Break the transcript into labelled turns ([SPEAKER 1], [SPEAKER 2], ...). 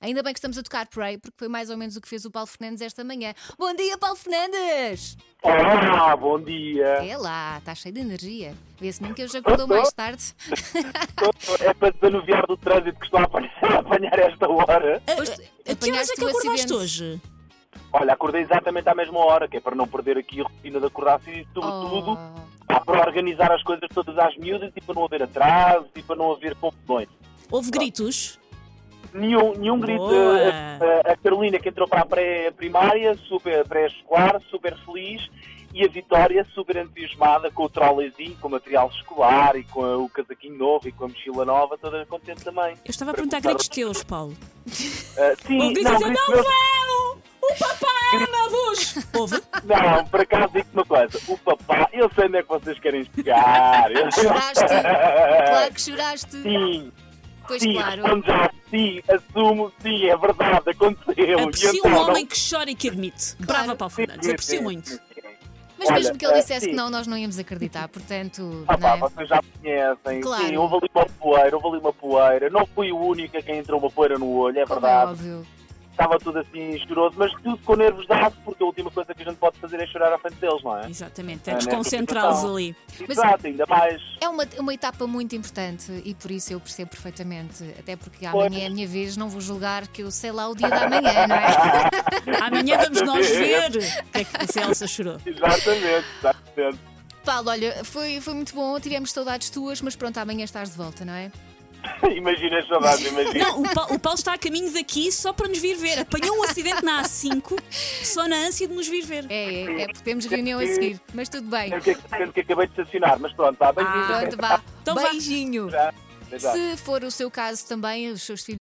[SPEAKER 1] Ainda bem que estamos a tocar Prey, porque foi mais ou menos o que fez o Paulo Fernandes esta manhã. Bom dia, Paulo Fernandes!
[SPEAKER 2] Olá, Ah, bom dia.
[SPEAKER 1] É lá, está cheio de energia. Vê-se mesmo que hoje acordou mais tarde.
[SPEAKER 2] É para desanuviar do trânsito que estou a apanhar, a apanhar esta hora.
[SPEAKER 3] A que horas é que
[SPEAKER 1] Eh, o
[SPEAKER 3] acordaste
[SPEAKER 1] acidente.
[SPEAKER 3] hoje?
[SPEAKER 2] Olha, acordei exatamente à mesma hora, que é para não perder aqui a rotina de acordar assim, sobretudo
[SPEAKER 1] Oh.
[SPEAKER 2] para organizar as coisas todas às miúdas e para não haver atrasos e para não haver confusões.
[SPEAKER 3] Houve gritos?
[SPEAKER 2] Nenhum, nenhum grito.
[SPEAKER 3] Boa.
[SPEAKER 2] A, a- a Carolina, que entrou para a pré-primária, super pré-escolar, super feliz. E a Vitória, super entusiasmada com o trolleyzinho, com o material escolar e com a- o casaquinho novo e com a mochila nova, toda contente também.
[SPEAKER 3] Eu estava a perguntar gritos teus, Paulo.
[SPEAKER 2] Ah, sim,
[SPEAKER 3] Houve gritos a dizer,
[SPEAKER 2] grito
[SPEAKER 3] não
[SPEAKER 2] meu-
[SPEAKER 3] vão! O papai ama-vos! Houve?
[SPEAKER 2] Não, por acaso digo uma coisa. O papá, eu sei onde é que vocês querem chegar. Eu-
[SPEAKER 1] Choraste, claro que choraste.
[SPEAKER 2] Sim,
[SPEAKER 1] Pois
[SPEAKER 2] sim,
[SPEAKER 1] claro.
[SPEAKER 2] respondo já. Sim, assumo, sim, é verdade, aconteceu. E
[SPEAKER 3] Aprecio um
[SPEAKER 2] então,
[SPEAKER 3] homem que chora e que admite. Brava, Paulo
[SPEAKER 2] sim,
[SPEAKER 3] Fernandes, aprecio
[SPEAKER 2] sim,
[SPEAKER 3] muito.
[SPEAKER 2] sim, sim.
[SPEAKER 1] Mas mesmo
[SPEAKER 2] Olha,
[SPEAKER 1] que ele
[SPEAKER 2] eh,
[SPEAKER 1] dissesse
[SPEAKER 2] sim.
[SPEAKER 1] que não, nós não íamos acreditar, portanto.
[SPEAKER 2] Ah,
[SPEAKER 1] não
[SPEAKER 2] pá,
[SPEAKER 1] é?
[SPEAKER 2] vocês já me conhecem.
[SPEAKER 1] Claro.
[SPEAKER 2] Sim, houve ali uma poeira, houve ali uma poeira. Não fui o único a quem entrou uma poeira no olho, é
[SPEAKER 1] Como é
[SPEAKER 2] verdade.
[SPEAKER 1] óbvio.
[SPEAKER 2] Estava tudo assim choroso, mas tudo com nervos dados, porque a última coisa que a gente pode fazer é chorar à frente deles, não é?
[SPEAKER 3] Exatamente, é
[SPEAKER 2] Ah, né?
[SPEAKER 3] desconcentrá-los ali.
[SPEAKER 1] Mas-
[SPEAKER 2] Exato, ainda mais.
[SPEAKER 1] É uma, uma etapa muito importante e por isso eu percebo perfeitamente. Até porque
[SPEAKER 2] Pois.
[SPEAKER 1] amanhã é a minha vez, não vou julgar que eu sei lá o dia da manhã, não é?
[SPEAKER 3] Amanhã vamos nós ver o que é que a Elsa chorou.
[SPEAKER 2] Exatamente, exatamente.
[SPEAKER 1] Paulo, olha, foi, foi muito bom, tivemos saudades tuas, mas pronto, amanhã estás de volta, não é?
[SPEAKER 2] Imagina as saudades, imagina.
[SPEAKER 3] Não, o Paulo, o Paulo está a caminho daqui só para nos vir ver. Apanhou um acidente na A5 só na ânsia de nos vir ver.
[SPEAKER 1] É, é, é porque temos reunião a seguir, mas tudo bem.
[SPEAKER 2] Sendo que, sendo que acabei de estacionar, mas pronto,
[SPEAKER 1] Ah,
[SPEAKER 2] está
[SPEAKER 1] Pronto,
[SPEAKER 2] bem-vindo.
[SPEAKER 1] vá.
[SPEAKER 3] Então vá.
[SPEAKER 1] Beijinho.
[SPEAKER 2] Já, já.
[SPEAKER 1] Se for o seu caso também, os seus filhos.